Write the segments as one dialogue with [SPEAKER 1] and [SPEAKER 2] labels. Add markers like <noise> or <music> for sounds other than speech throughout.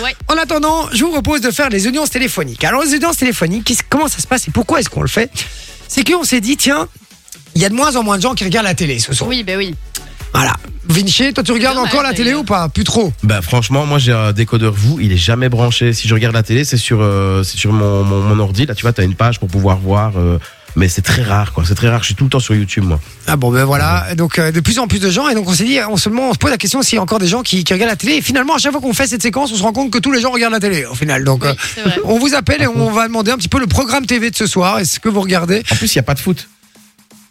[SPEAKER 1] Ouais.
[SPEAKER 2] En attendant, je vous propose de faire les audiences téléphoniques. Alors, les audiences téléphoniques, qu'est-ce- comment ça se passe et pourquoi est-ce qu'on le fait C'est qu'on s'est dit, tiens, il y a de moins en moins de gens qui regardent la télé ce soir.
[SPEAKER 1] Oui, ben oui.
[SPEAKER 2] Voilà. Vinci, toi, tu regardes
[SPEAKER 1] Dommage,
[SPEAKER 2] encore la télé
[SPEAKER 1] d'ailleurs.
[SPEAKER 2] ou pas Plus trop.
[SPEAKER 3] Bah franchement, moi j'ai un décodeur vous, il est jamais branché. Si je regarde la télé, c'est sur euh, c'est sur mon, mon, mon ordi. Là, tu vois, t'as une page pour pouvoir voir, euh, mais c'est très rare, quoi. C'est très rare. Je suis tout le temps sur YouTube, moi.
[SPEAKER 2] Ah bon, ben voilà. Donc, euh, de plus en plus de gens. Et donc, on s'est dit, euh, on se, demande- on se pose la question s'il y a encore des gens qui, qui regardent la télé. Et finalement, à chaque fois qu'on fait cette séquence, on se rend compte que tous les gens regardent la télé, au final. Donc,
[SPEAKER 1] Oui,
[SPEAKER 2] euh,
[SPEAKER 1] c'est vrai.
[SPEAKER 2] on vous appelle et on va demander un petit peu le programme TV de ce soir. Est-ce que vous regardez
[SPEAKER 3] En plus, il y a pas de foot.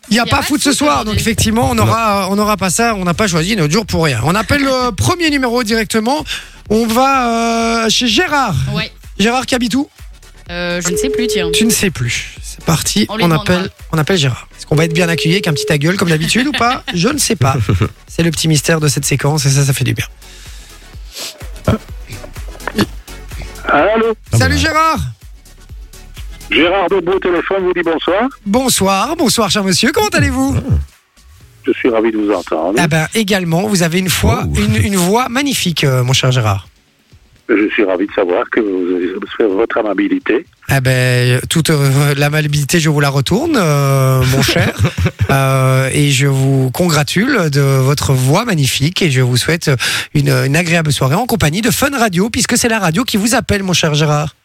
[SPEAKER 2] Il n'y a, pas foot ce soir, donc
[SPEAKER 1] aujourd'hui.
[SPEAKER 2] effectivement, on n'aura on aura pas ça, on n'a pas choisi notre jour pour rien. On appelle <laughs> le premier numéro directement. On va euh, chez Gérard.
[SPEAKER 1] Ouais.
[SPEAKER 2] Gérard qui habite où
[SPEAKER 1] Euh, je ne sais plus, tiens.
[SPEAKER 2] Tu ne sais plus. C'est parti,
[SPEAKER 1] On
[SPEAKER 2] on,
[SPEAKER 1] lui demandera.
[SPEAKER 2] appelle, on appelle Gérard. Est-ce qu'on va être bien accueilli avec un petit ta gueule comme d'habitude ou <laughs> pas Je ne sais pas. C'est le petit mystère de cette séquence et ça, ça fait du bien.
[SPEAKER 4] Allô
[SPEAKER 2] Salut Gérard
[SPEAKER 4] Gérard Debout au téléphone vous dit bonsoir.
[SPEAKER 2] Bonsoir, bonsoir cher monsieur, comment allez-vous
[SPEAKER 4] Je suis ravi de vous entendre.
[SPEAKER 2] Ah ben également, vous avez une, fois,
[SPEAKER 3] Oh.
[SPEAKER 2] une, une voix magnifique euh, mon cher Gérard.
[SPEAKER 4] Je suis ravi de savoir que vous avez fait votre amabilité.
[SPEAKER 2] Ah ben, toute euh, l'amabilité, je vous la retourne, euh, mon cher. Euh, et je vous congratule de votre voix magnifique et je vous souhaite une, une agréable soirée en compagnie de Fun Radio, puisque c'est la radio qui vous appelle, mon cher Gérard.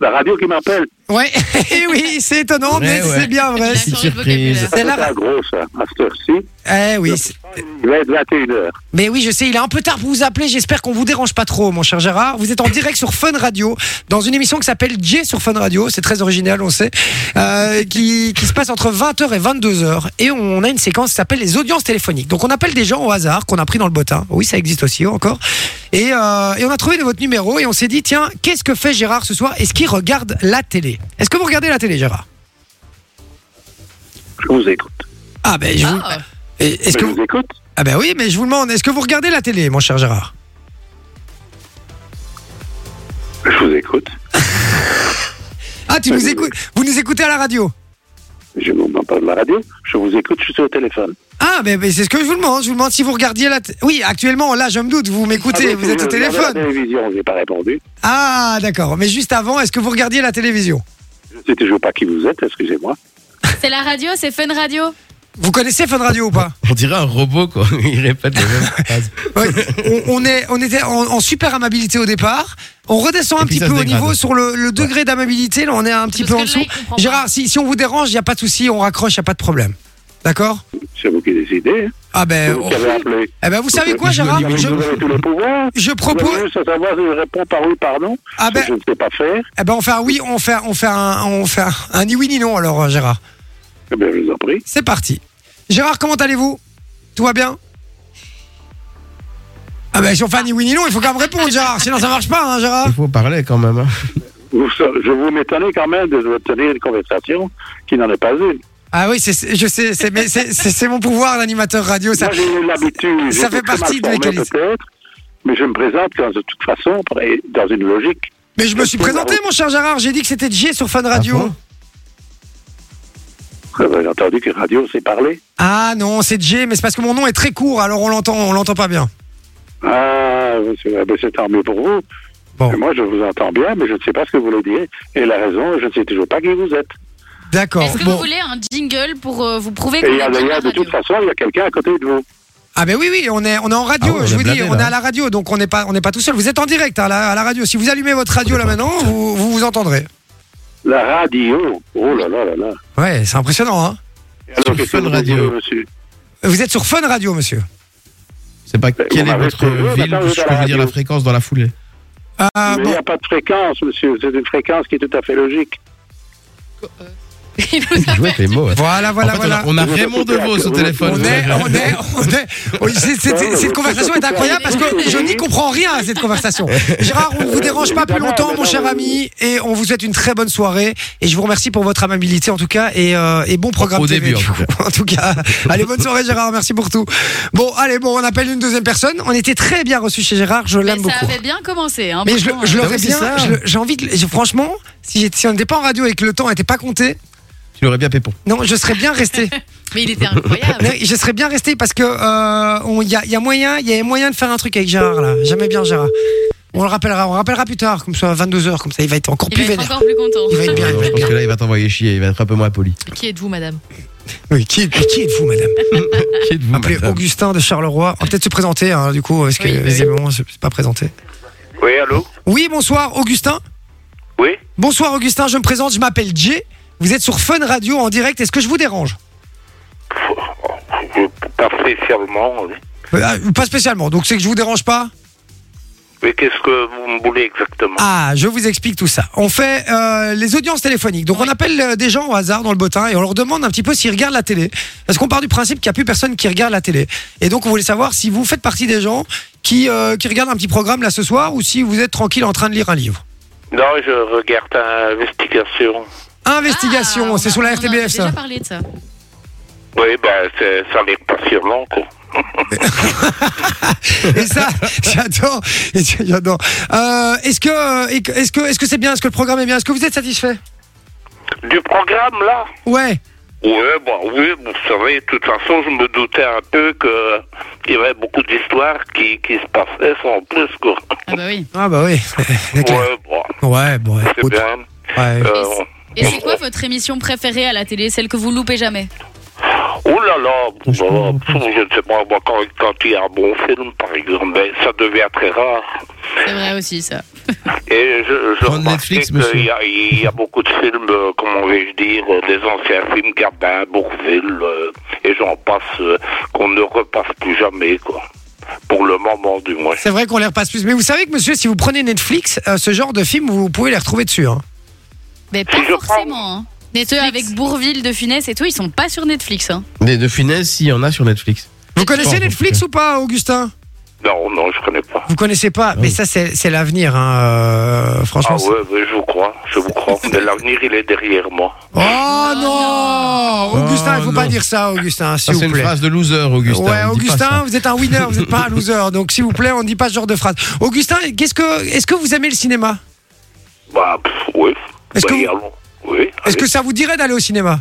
[SPEAKER 4] La radio qui m'appelle,
[SPEAKER 2] Ouais, <laughs> eh oui, c'est étonnant, mais
[SPEAKER 3] Ouais, ouais.
[SPEAKER 2] c'est bien vrai.
[SPEAKER 1] Petite
[SPEAKER 3] Petite
[SPEAKER 1] surprise.
[SPEAKER 3] surprise.
[SPEAKER 2] C'est
[SPEAKER 4] c'est
[SPEAKER 2] la
[SPEAKER 4] la
[SPEAKER 2] ra-
[SPEAKER 4] grosse hein, à cette heure-ci.
[SPEAKER 2] Eh oui, c'est-
[SPEAKER 4] Il va être 21h.
[SPEAKER 2] mais oui, je sais, il est un peu tard pour vous appeler. J'espère qu'on vous dérange pas trop, mon cher Gérard. Vous êtes en direct sur Fun Radio, dans une émission qui s'appelle J sur Fun Radio. C'est très original, on sait, euh, qui, qui se passe entre 20h et 22h. Et on a une séquence qui s'appelle les audiences téléphoniques. Donc on appelle des gens au hasard qu'on a pris dans le bottin. Oui, ça existe aussi encore. Et, euh, et on a trouvé votre numéro et on s'est dit tiens, qu'est-ce que fait Gérard ce soir Est-ce qu'il regarde la télé Est-ce que vous regardez la télé, Gérard
[SPEAKER 4] Je vous écoute.
[SPEAKER 2] Ah ben, je vous...
[SPEAKER 1] Ah,
[SPEAKER 2] Et- est-ce
[SPEAKER 4] Mais
[SPEAKER 2] que
[SPEAKER 4] je
[SPEAKER 2] vous...
[SPEAKER 4] vous écoute
[SPEAKER 2] ah ben oui, mais je vous demande, est-ce que vous regardez la télé, mon cher Gérard
[SPEAKER 4] Je vous écoute.
[SPEAKER 2] Ah, tu nous écoutes Vous nous écoutez à la radio
[SPEAKER 4] Je ne m'en parle de la radio. Je vous écoute, je suis au téléphone.
[SPEAKER 2] Ah, mais, mais c'est ce que je vous demande. Je vous demande si vous regardiez la. t- Oui, actuellement, là, je me doute, vous m'écoutez,
[SPEAKER 4] Ah oui,
[SPEAKER 2] vous êtes au
[SPEAKER 4] je regardais
[SPEAKER 2] téléphone.
[SPEAKER 4] La télévision, je n'ai pas répondu.
[SPEAKER 2] Ah, d'accord. Mais juste avant, est-ce que vous regardiez la télévision
[SPEAKER 4] Je ne sais toujours pas qui vous êtes, excusez-moi.
[SPEAKER 1] C'est la radio, c'est Fun Radio.
[SPEAKER 2] Vous connaissez Fun Radio ou pas
[SPEAKER 3] On dirait un robot, quoi. <laughs> Il répète les mêmes phrases.
[SPEAKER 2] Ouais. on, on est, on était en, en super amabilité au départ. On redescend un
[SPEAKER 3] Et
[SPEAKER 2] petit
[SPEAKER 3] puis ça
[SPEAKER 2] peu
[SPEAKER 3] se
[SPEAKER 2] au
[SPEAKER 3] dégrade.
[SPEAKER 2] niveau sur le, le degré d'amabilité. Là, on est un petit
[SPEAKER 1] Parce
[SPEAKER 2] peu en
[SPEAKER 1] que là,
[SPEAKER 2] dessous.
[SPEAKER 1] il comprend pas.
[SPEAKER 2] Gérard, si, si on vous dérange, il n'y a pas de souci, on raccroche, il n'y a pas de problème. D'accord
[SPEAKER 4] C'est vous qui décidez. hein.
[SPEAKER 2] Ah, ben.
[SPEAKER 4] C'est vous
[SPEAKER 2] on-
[SPEAKER 4] qui avez appelé.
[SPEAKER 2] Eh ben, vous savez quoi, Gérard
[SPEAKER 4] Vous
[SPEAKER 2] je,
[SPEAKER 4] avez tous les pouvoirs.
[SPEAKER 2] je
[SPEAKER 4] Vous
[SPEAKER 2] propose.
[SPEAKER 4] avez juste à savoir si je réponds par oui, par non.
[SPEAKER 2] Ah, ben.
[SPEAKER 4] Je ne sais pas faire.
[SPEAKER 2] Eh ben on fait un oui, on fait, on fait un, on fait un, un ni oui ni non alors euh, Gérard.
[SPEAKER 4] Eh bien, je vous en prie.
[SPEAKER 2] C'est parti. Gérard, comment allez-vous Tout va bien Ah ben si on fait un ni oui ni non, il faut quand même répondre Gérard, sinon ça marche pas hein Gérard.
[SPEAKER 3] Il faut parler quand même. hein.
[SPEAKER 4] Vous- je vous m'étonnez quand même de vous tenir une conversation qui n'en est pas une.
[SPEAKER 2] Ah oui, c'est- c'est- je sais, c'est mais c'est- c'est- c'est mon pouvoir d'animateur radio ça.
[SPEAKER 4] Moi, j'ai eu l'habitude.
[SPEAKER 2] ça
[SPEAKER 4] j'étais
[SPEAKER 2] fait
[SPEAKER 4] très mal
[SPEAKER 2] partie de
[SPEAKER 4] formé,
[SPEAKER 2] mes qualités.
[SPEAKER 4] peut-être, mais je me présente quand- de toute façon et dans une logique.
[SPEAKER 2] Mais je me suis présenté mon cher Gérard, j'ai dit que c'était J sur Fun
[SPEAKER 3] Ah
[SPEAKER 2] Radio.
[SPEAKER 3] bon
[SPEAKER 4] Vous avez Ah, ben, entendu que radio, c'est parler.
[SPEAKER 2] Ah non, c'est J, mais c'est parce que mon nom est très court, alors on l'entend, on l'entend pas bien.
[SPEAKER 4] Ah, c'est ah, ben, c'est tant mieux pour vous.
[SPEAKER 2] Bon.
[SPEAKER 4] Mais Moi, je vous entends bien, mais je ne sais pas ce que vous voulez dire. Et la raison, je ne sais toujours pas qui vous êtes.
[SPEAKER 2] D'accord.
[SPEAKER 1] Est-ce que vous
[SPEAKER 2] Bon.
[SPEAKER 1] voulez un jingle pour euh, vous prouver
[SPEAKER 4] Et
[SPEAKER 1] qu'on
[SPEAKER 4] il y a,
[SPEAKER 1] est
[SPEAKER 4] il
[SPEAKER 1] bien
[SPEAKER 4] y
[SPEAKER 1] la
[SPEAKER 4] a- de
[SPEAKER 1] radio
[SPEAKER 4] toute façon, il y a quelqu'un à côté de vous.
[SPEAKER 2] Ah ben oui oui, on est on est en radio,
[SPEAKER 3] Ah ouais,
[SPEAKER 2] je
[SPEAKER 3] on
[SPEAKER 2] vous
[SPEAKER 3] est
[SPEAKER 2] dis,
[SPEAKER 3] blindé,
[SPEAKER 2] on est
[SPEAKER 3] là.
[SPEAKER 2] à la radio, donc on n'est pas on n'est pas tout seul. Vous êtes en direct hein, là, à la radio. Si vous allumez votre radio là maintenant, vous vous, vous entendrez.
[SPEAKER 4] La radio. Oh là là là là.
[SPEAKER 2] Ouais, c'est impressionnant. Hein
[SPEAKER 4] Et alors, qu'est-ce que
[SPEAKER 3] Fun
[SPEAKER 4] vous
[SPEAKER 3] Radio.
[SPEAKER 4] voulez, monsieur
[SPEAKER 2] vous êtes sur Fun Radio, monsieur.
[SPEAKER 3] C'est pas quelle
[SPEAKER 4] on
[SPEAKER 3] est
[SPEAKER 4] va
[SPEAKER 3] votre
[SPEAKER 4] rester heureux,
[SPEAKER 3] ville,
[SPEAKER 4] maintenant, vous
[SPEAKER 3] je
[SPEAKER 4] êtes à
[SPEAKER 3] peux
[SPEAKER 4] la
[SPEAKER 3] vous dire la
[SPEAKER 4] radio.
[SPEAKER 3] fréquence dans la foulée.
[SPEAKER 2] Ah,
[SPEAKER 4] Mais il
[SPEAKER 2] bon.
[SPEAKER 4] n'y a pas de fréquence, monsieur. C'est une fréquence qui est tout à fait logique.
[SPEAKER 1] <laughs> Il nous a
[SPEAKER 3] Jouer
[SPEAKER 1] perdu.
[SPEAKER 3] tes mots. hein.
[SPEAKER 2] Voilà, voilà,
[SPEAKER 3] En fait, on a-
[SPEAKER 2] voilà.
[SPEAKER 3] on a,
[SPEAKER 4] Vous êtes
[SPEAKER 3] Raymond
[SPEAKER 4] occupé à-
[SPEAKER 3] Devos au
[SPEAKER 4] vous-
[SPEAKER 3] téléphone.
[SPEAKER 2] On est, on est, on est. oui, c'est- c'est- c'est- cette conversation est incroyable parce que je n'y comprends rien à cette conversation. Gérard, on ne vous dérange pas plus longtemps, mon cher ami, et on vous souhaite une très bonne soirée. Et je vous remercie pour votre amabilité en tout cas et, euh, et bon programme.
[SPEAKER 3] Au
[SPEAKER 2] TV,
[SPEAKER 3] début, en
[SPEAKER 2] du
[SPEAKER 3] tout
[SPEAKER 2] coup. <laughs> En tout cas, allez, bonne soirée, Gérard. Merci pour tout. Bon, allez, bon, on appelle une deuxième personne. On était très bien reçu chez Gérard. Je l'aime
[SPEAKER 1] Mais ça
[SPEAKER 2] beaucoup.
[SPEAKER 1] avait bien commencé. Hein,
[SPEAKER 2] Mais je,
[SPEAKER 1] franchement,
[SPEAKER 2] le- je
[SPEAKER 1] hein.
[SPEAKER 2] l'aurais
[SPEAKER 3] oui, c'est
[SPEAKER 2] bien.
[SPEAKER 3] ça.
[SPEAKER 2] je le- J'ai envie de. je- franchement, si, j'étais- si on n'était pas en radio et que le temps n'était pas compté,
[SPEAKER 3] Tu l'aurais bien payé pour.
[SPEAKER 2] non, je serais bien resté.
[SPEAKER 1] Mais il était incroyable.
[SPEAKER 2] Mais je serais bien resté parce que euh, on- il y, a, il y a moyen, il y a moyen de faire un truc avec Gérard là. Jamais bien Gérard. On le rappellera, on le rappellera plus tard, comme ça, à 22h, comme ça, il va être encore
[SPEAKER 1] Il
[SPEAKER 2] plus
[SPEAKER 1] va être
[SPEAKER 2] vénère.
[SPEAKER 1] encore plus content.
[SPEAKER 2] Il va être bien, il
[SPEAKER 3] Non,
[SPEAKER 2] va
[SPEAKER 3] je
[SPEAKER 2] être
[SPEAKER 3] pense
[SPEAKER 2] bien.
[SPEAKER 3] que là, il va t'envoyer chier, il va être un peu moins poli.
[SPEAKER 1] Qui êtes-vous, madame
[SPEAKER 2] Oui, qui, qui êtes-vous, madame
[SPEAKER 3] Qui êtes-vous,
[SPEAKER 2] Appelez
[SPEAKER 3] Ah, madame
[SPEAKER 2] Augustin de Charleroi. On va peut-être se présenter, hein, du coup, parce que
[SPEAKER 1] Oui, oui.
[SPEAKER 2] visiblement, je ne suis pas présenté.
[SPEAKER 4] Oui, allô
[SPEAKER 2] Oui, bonsoir, Augustin.
[SPEAKER 4] Oui
[SPEAKER 2] Bonsoir, Augustin, je me présente, je m'appelle Jay. Vous êtes sur Fun Radio en direct, est-ce que je vous dérange
[SPEAKER 4] Je- Pas spécialement. oui.
[SPEAKER 2] Euh, Pas spécialement, donc c'est que je vous dérange pas
[SPEAKER 4] Mais qu'est-ce que vous me voulez exactement
[SPEAKER 2] Ah, je vous explique tout ça. On fait euh, les audiences téléphoniques. Donc on appelle euh, des gens au hasard dans le bottin et on leur demande un petit peu s'ils regardent la télé. Parce qu'on part du principe qu'il n'y a plus personne qui regarde la télé. Et donc on voulait savoir si vous faites partie des gens qui, euh, qui regardent un petit programme là ce soir ou si vous êtes tranquille en train de lire un livre.
[SPEAKER 4] Non, je regarde l'investigation.
[SPEAKER 1] Ah,
[SPEAKER 2] Investigation,
[SPEAKER 1] on
[SPEAKER 2] c'est
[SPEAKER 1] a-
[SPEAKER 2] sur la
[SPEAKER 1] on en avait
[SPEAKER 2] RTBF ça.
[SPEAKER 1] déjà parlé de ça.
[SPEAKER 4] Oui, ben, c'est- ça a l'air passionnant, quoi.
[SPEAKER 2] Et
[SPEAKER 1] <laughs>
[SPEAKER 2] ça, j'adore. Et ça, J'adore. Euh, Est-ce que euh, est-ce que est-ce que c'est bien Est-ce que le programme est bien Est-ce que vous êtes satisfait
[SPEAKER 4] Du programme, là
[SPEAKER 2] Ouais.
[SPEAKER 4] Ouais, bah oui, vous savez, de toute façon, je me doutais un peu que il y avait beaucoup d'histoires qui, qui se passaient sans plus, quoi.
[SPEAKER 1] Ah bah oui.
[SPEAKER 2] Ah bah oui. <laughs> C'est clair.
[SPEAKER 4] Ouais, bon,
[SPEAKER 2] Ouais, bon.
[SPEAKER 4] c'est
[SPEAKER 2] écoute,
[SPEAKER 4] bien.
[SPEAKER 2] ouais.
[SPEAKER 4] Euh,
[SPEAKER 1] Et c'est quoi votre émission préférée à la télé, celle que vous loupez jamais
[SPEAKER 4] oh là là, bah, je ne sais pas, moi, quand, quand il y a un bon film, par exemple, ben, ça devient très rare.
[SPEAKER 1] C'est vrai aussi ça.
[SPEAKER 4] Et je, je
[SPEAKER 3] Prendre
[SPEAKER 4] remarquais
[SPEAKER 3] Netflix, monsieur.
[SPEAKER 4] qu'il y, a- il y a beaucoup de films, euh, comment vais-je dire, euh, des anciens films, Gabin, ben, Bourville, euh, et j'en passe, euh, qu'on ne repasse plus jamais, quoi. Pour le moment, du moins.
[SPEAKER 2] C'est vrai qu'on les repasse plus. Mais vous savez que, monsieur, si vous prenez Netflix, euh, ce genre de film, vous pouvez les retrouver dessus. hein.
[SPEAKER 1] Mais pas
[SPEAKER 4] Si je prends-
[SPEAKER 1] forcément. hein. Mais ceux avec Bourville, De Funès et tout, ils sont pas sur Netflix. Hein.
[SPEAKER 3] Des de finesse, s'il y en a sur Netflix.
[SPEAKER 2] Vous connaissez
[SPEAKER 3] Bon,
[SPEAKER 2] Netflix
[SPEAKER 3] ok.
[SPEAKER 2] ou pas, Augustin
[SPEAKER 4] Non, non, je connais pas.
[SPEAKER 2] Vous connaissez pas. Mais
[SPEAKER 3] Ah oui.
[SPEAKER 2] ça, c'est c'est l'avenir, hein, euh,
[SPEAKER 4] Ah
[SPEAKER 2] franchement.
[SPEAKER 4] ouais, ouais, je vous crois, je vous crois. Mais l'avenir, il est derrière moi.
[SPEAKER 2] c'est- Oh non Augustin, il faut
[SPEAKER 3] Oh,
[SPEAKER 2] pas
[SPEAKER 3] non.
[SPEAKER 2] dire ça, Augustin,
[SPEAKER 3] Ça,
[SPEAKER 2] s'il
[SPEAKER 3] c'est
[SPEAKER 2] vous
[SPEAKER 3] une
[SPEAKER 2] plaît.
[SPEAKER 3] phrase de loser, Augustin.
[SPEAKER 2] ouais,
[SPEAKER 3] on dit pas
[SPEAKER 2] Augustin,
[SPEAKER 3] ça.
[SPEAKER 2] vous êtes un winner, vous n'êtes pas un loser. Donc, s'il vous plaît, on ne dit pas ce genre de phrase. Augustin, qu'est-ce que, est-ce que vous aimez le cinéma
[SPEAKER 4] Bah, pff, oui.
[SPEAKER 2] Est-ce
[SPEAKER 4] Bah,
[SPEAKER 2] que vous-
[SPEAKER 4] et alors Oui.
[SPEAKER 2] Est-ce que
[SPEAKER 4] allez.
[SPEAKER 2] ça vous dirait d'aller au cinéma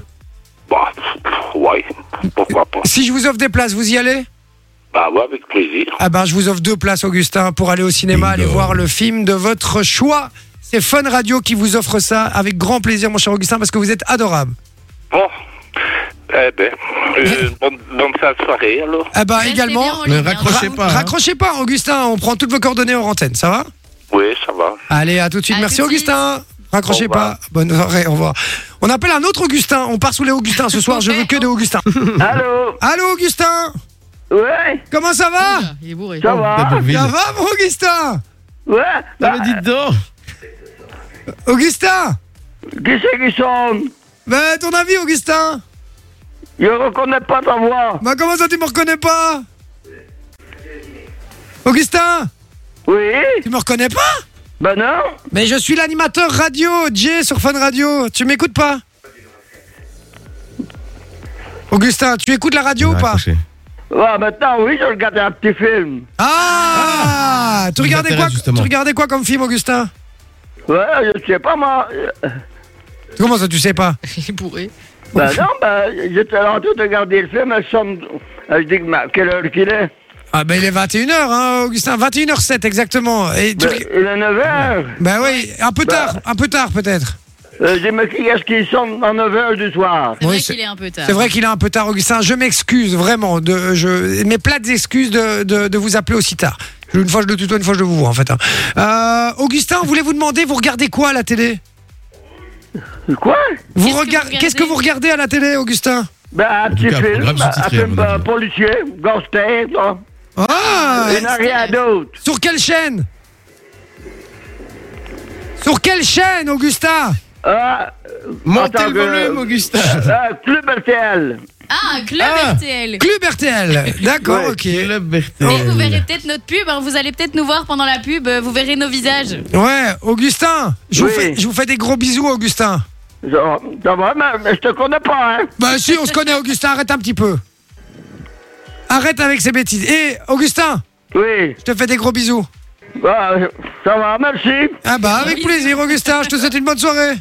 [SPEAKER 4] Bah, pff, pff, ouais. Pourquoi pas
[SPEAKER 2] Si je vous offre des places, vous y allez
[SPEAKER 4] Bah, ouais, avec plaisir.
[SPEAKER 2] Ah ben, je vous offre deux places, Augustin, pour aller au cinéma,
[SPEAKER 3] Bingo.
[SPEAKER 2] aller voir le film de votre choix. C'est Fun Radio qui vous offre ça avec grand plaisir, mon cher Augustin, parce que vous êtes adorable.
[SPEAKER 4] Bon. Eh ben, euh, bonne, bonne fin de soirée, alors.
[SPEAKER 2] Ah ben,
[SPEAKER 1] Restez
[SPEAKER 2] également,
[SPEAKER 1] bien en
[SPEAKER 3] Ne
[SPEAKER 1] ligne, hein.
[SPEAKER 3] raccrochez pas. hein.
[SPEAKER 2] raccrochez pas, Augustin, on prend toutes vos coordonnées en antenne, ça va
[SPEAKER 4] Oui, ça va.
[SPEAKER 2] Allez, à tout de suite.
[SPEAKER 1] À
[SPEAKER 2] Merci,
[SPEAKER 1] tout de
[SPEAKER 2] Augustin. Raccrochez
[SPEAKER 4] Au revoir.
[SPEAKER 2] pas. Bonne soirée, au revoir. On appelle un autre Augustin. On part sous les Augustins ce soir. Je veux que des Augustins.
[SPEAKER 5] Allô
[SPEAKER 2] Allô, Augustin
[SPEAKER 5] Ouais,
[SPEAKER 2] Comment ça va
[SPEAKER 1] Oula, Ah, Il est bourré.
[SPEAKER 2] Ah,
[SPEAKER 5] ça va
[SPEAKER 3] D'Aberville.
[SPEAKER 2] Ça va, mon Augustin
[SPEAKER 5] Ouais
[SPEAKER 3] Ah,
[SPEAKER 5] bah,
[SPEAKER 3] mais dites donc
[SPEAKER 2] Augustin
[SPEAKER 5] Qui c'est qui sonne
[SPEAKER 2] Ben, ton avis, Augustin
[SPEAKER 5] Je reconnais pas ta voix.
[SPEAKER 2] Bah comment ça tu me reconnais pas Augustin
[SPEAKER 5] Oui
[SPEAKER 2] Tu me reconnais pas
[SPEAKER 5] Ben non
[SPEAKER 2] Mais je suis l'animateur radio, Jay sur Fun Radio. Tu m'écoutes pas Augustin, tu écoutes la radio ou pas
[SPEAKER 3] Raccrochez.
[SPEAKER 5] Ouais, Ah, maintenant, oui, je regardais un petit film.
[SPEAKER 2] Ah Tu
[SPEAKER 3] Il
[SPEAKER 2] regardais quoi
[SPEAKER 3] m'intéresse, justement.
[SPEAKER 2] Tu regardais quoi comme film Augustin
[SPEAKER 5] Ouais, je sais pas, moi.
[SPEAKER 2] Comment ça tu sais pas
[SPEAKER 1] Il est bourré.
[SPEAKER 5] Ben non, ben, j'étais en train de regarder le film, elle sonne. Euh, Je dis, mais à quelle heure qu'il est
[SPEAKER 2] Ah ben il est 21h hein Augustin, 21h07 exactement. Et tu...
[SPEAKER 5] Ben, Il est 9h.
[SPEAKER 2] Ben oui, un peu
[SPEAKER 5] Bah.
[SPEAKER 2] tard, un peu tard peut-être.
[SPEAKER 5] Euh, Je dis, mais qui est-ce qui sonne à 9h du soir
[SPEAKER 1] C'est
[SPEAKER 2] Oui,
[SPEAKER 1] vrai
[SPEAKER 2] c'est-
[SPEAKER 1] qu'il est un peu tard.
[SPEAKER 2] C'est vrai qu'il est un peu tard, Augustin. Je m'excuse vraiment. De, je, mes plates excuses de, de, de vous appeler aussi tard. Une fois je le tutoie, une fois je le vous vois en fait. hein. Euh, Augustin, on voulait vous demander, vous regardez quoi à la télé
[SPEAKER 5] Quoi
[SPEAKER 2] vous
[SPEAKER 1] Qu'est-ce
[SPEAKER 2] regard-
[SPEAKER 1] que vous regardez
[SPEAKER 2] Qu'est-ce que vous regardez à la télé, Augustin
[SPEAKER 5] Ben, un
[SPEAKER 3] tout
[SPEAKER 5] petit
[SPEAKER 3] cas, un
[SPEAKER 5] film,
[SPEAKER 3] programme
[SPEAKER 5] un
[SPEAKER 3] sous-titré, à
[SPEAKER 5] film
[SPEAKER 3] mon avis.
[SPEAKER 5] euh, policier, gangster, là.
[SPEAKER 2] Ah
[SPEAKER 5] Il n'y a rien d'autre.
[SPEAKER 2] Sur quelle chaîne Sur quelle chaîne, Augustin
[SPEAKER 5] Ah,
[SPEAKER 3] Montez
[SPEAKER 5] Attends,
[SPEAKER 3] le volume,
[SPEAKER 5] euh,
[SPEAKER 3] Augustin
[SPEAKER 5] euh, Club RTL.
[SPEAKER 1] Ah, Club
[SPEAKER 3] Ah.
[SPEAKER 1] RTL.
[SPEAKER 2] Club RTL. D'accord,
[SPEAKER 5] Ouais.
[SPEAKER 2] ok.
[SPEAKER 3] Le Bertel.
[SPEAKER 1] Mais vous verrez peut-être notre pub, hein, vous allez peut-être nous voir pendant la pub, euh, vous verrez nos visages.
[SPEAKER 2] Ouais, Augustin, je,
[SPEAKER 5] Oui.
[SPEAKER 2] vous fais, je vous fais des gros bisous, Augustin.
[SPEAKER 5] Ça ça va, mais, mais je te connais pas, hein.
[SPEAKER 2] Bah si, on se connaît, Augustin, arrête un petit peu. Arrête avec ces bêtises. Et Augustin,
[SPEAKER 5] Oui.
[SPEAKER 2] je te fais des gros bisous.
[SPEAKER 5] Ah, ça va, merci.
[SPEAKER 1] <laughs>
[SPEAKER 2] Ah bah avec plaisir, Augustin, je te souhaite une bonne soirée.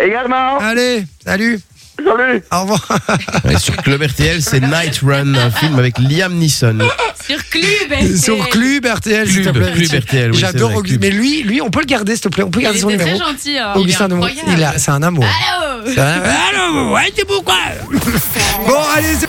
[SPEAKER 5] Également.
[SPEAKER 2] Allez, salut.
[SPEAKER 5] Salut
[SPEAKER 2] Au revoir.
[SPEAKER 1] <laughs>
[SPEAKER 3] Et sur Club RTL, c'est Night Run, un film avec Liam Neeson.
[SPEAKER 1] Sur Club. elle
[SPEAKER 2] <laughs> Sur
[SPEAKER 1] était-
[SPEAKER 2] Club RTL, Ah, s'il te
[SPEAKER 3] Club,
[SPEAKER 2] plaît.
[SPEAKER 3] Club RTL, oui, c'est
[SPEAKER 2] J'adore
[SPEAKER 3] vrai,
[SPEAKER 2] Augustin.
[SPEAKER 3] Club.
[SPEAKER 2] Mais lui, lui, on peut le garder, s'il te plaît. On peut
[SPEAKER 1] Il
[SPEAKER 2] garder son
[SPEAKER 1] était très
[SPEAKER 2] numéro.
[SPEAKER 1] gentil. hein. Il est
[SPEAKER 2] Augustin, Dumont.
[SPEAKER 1] incroyable. Ah.
[SPEAKER 2] il a, c'est un amour.
[SPEAKER 1] Allô
[SPEAKER 2] C'est un- Allô, ouais, c'est
[SPEAKER 1] <laughs>
[SPEAKER 2] pourquoi Bon, allez, c'est-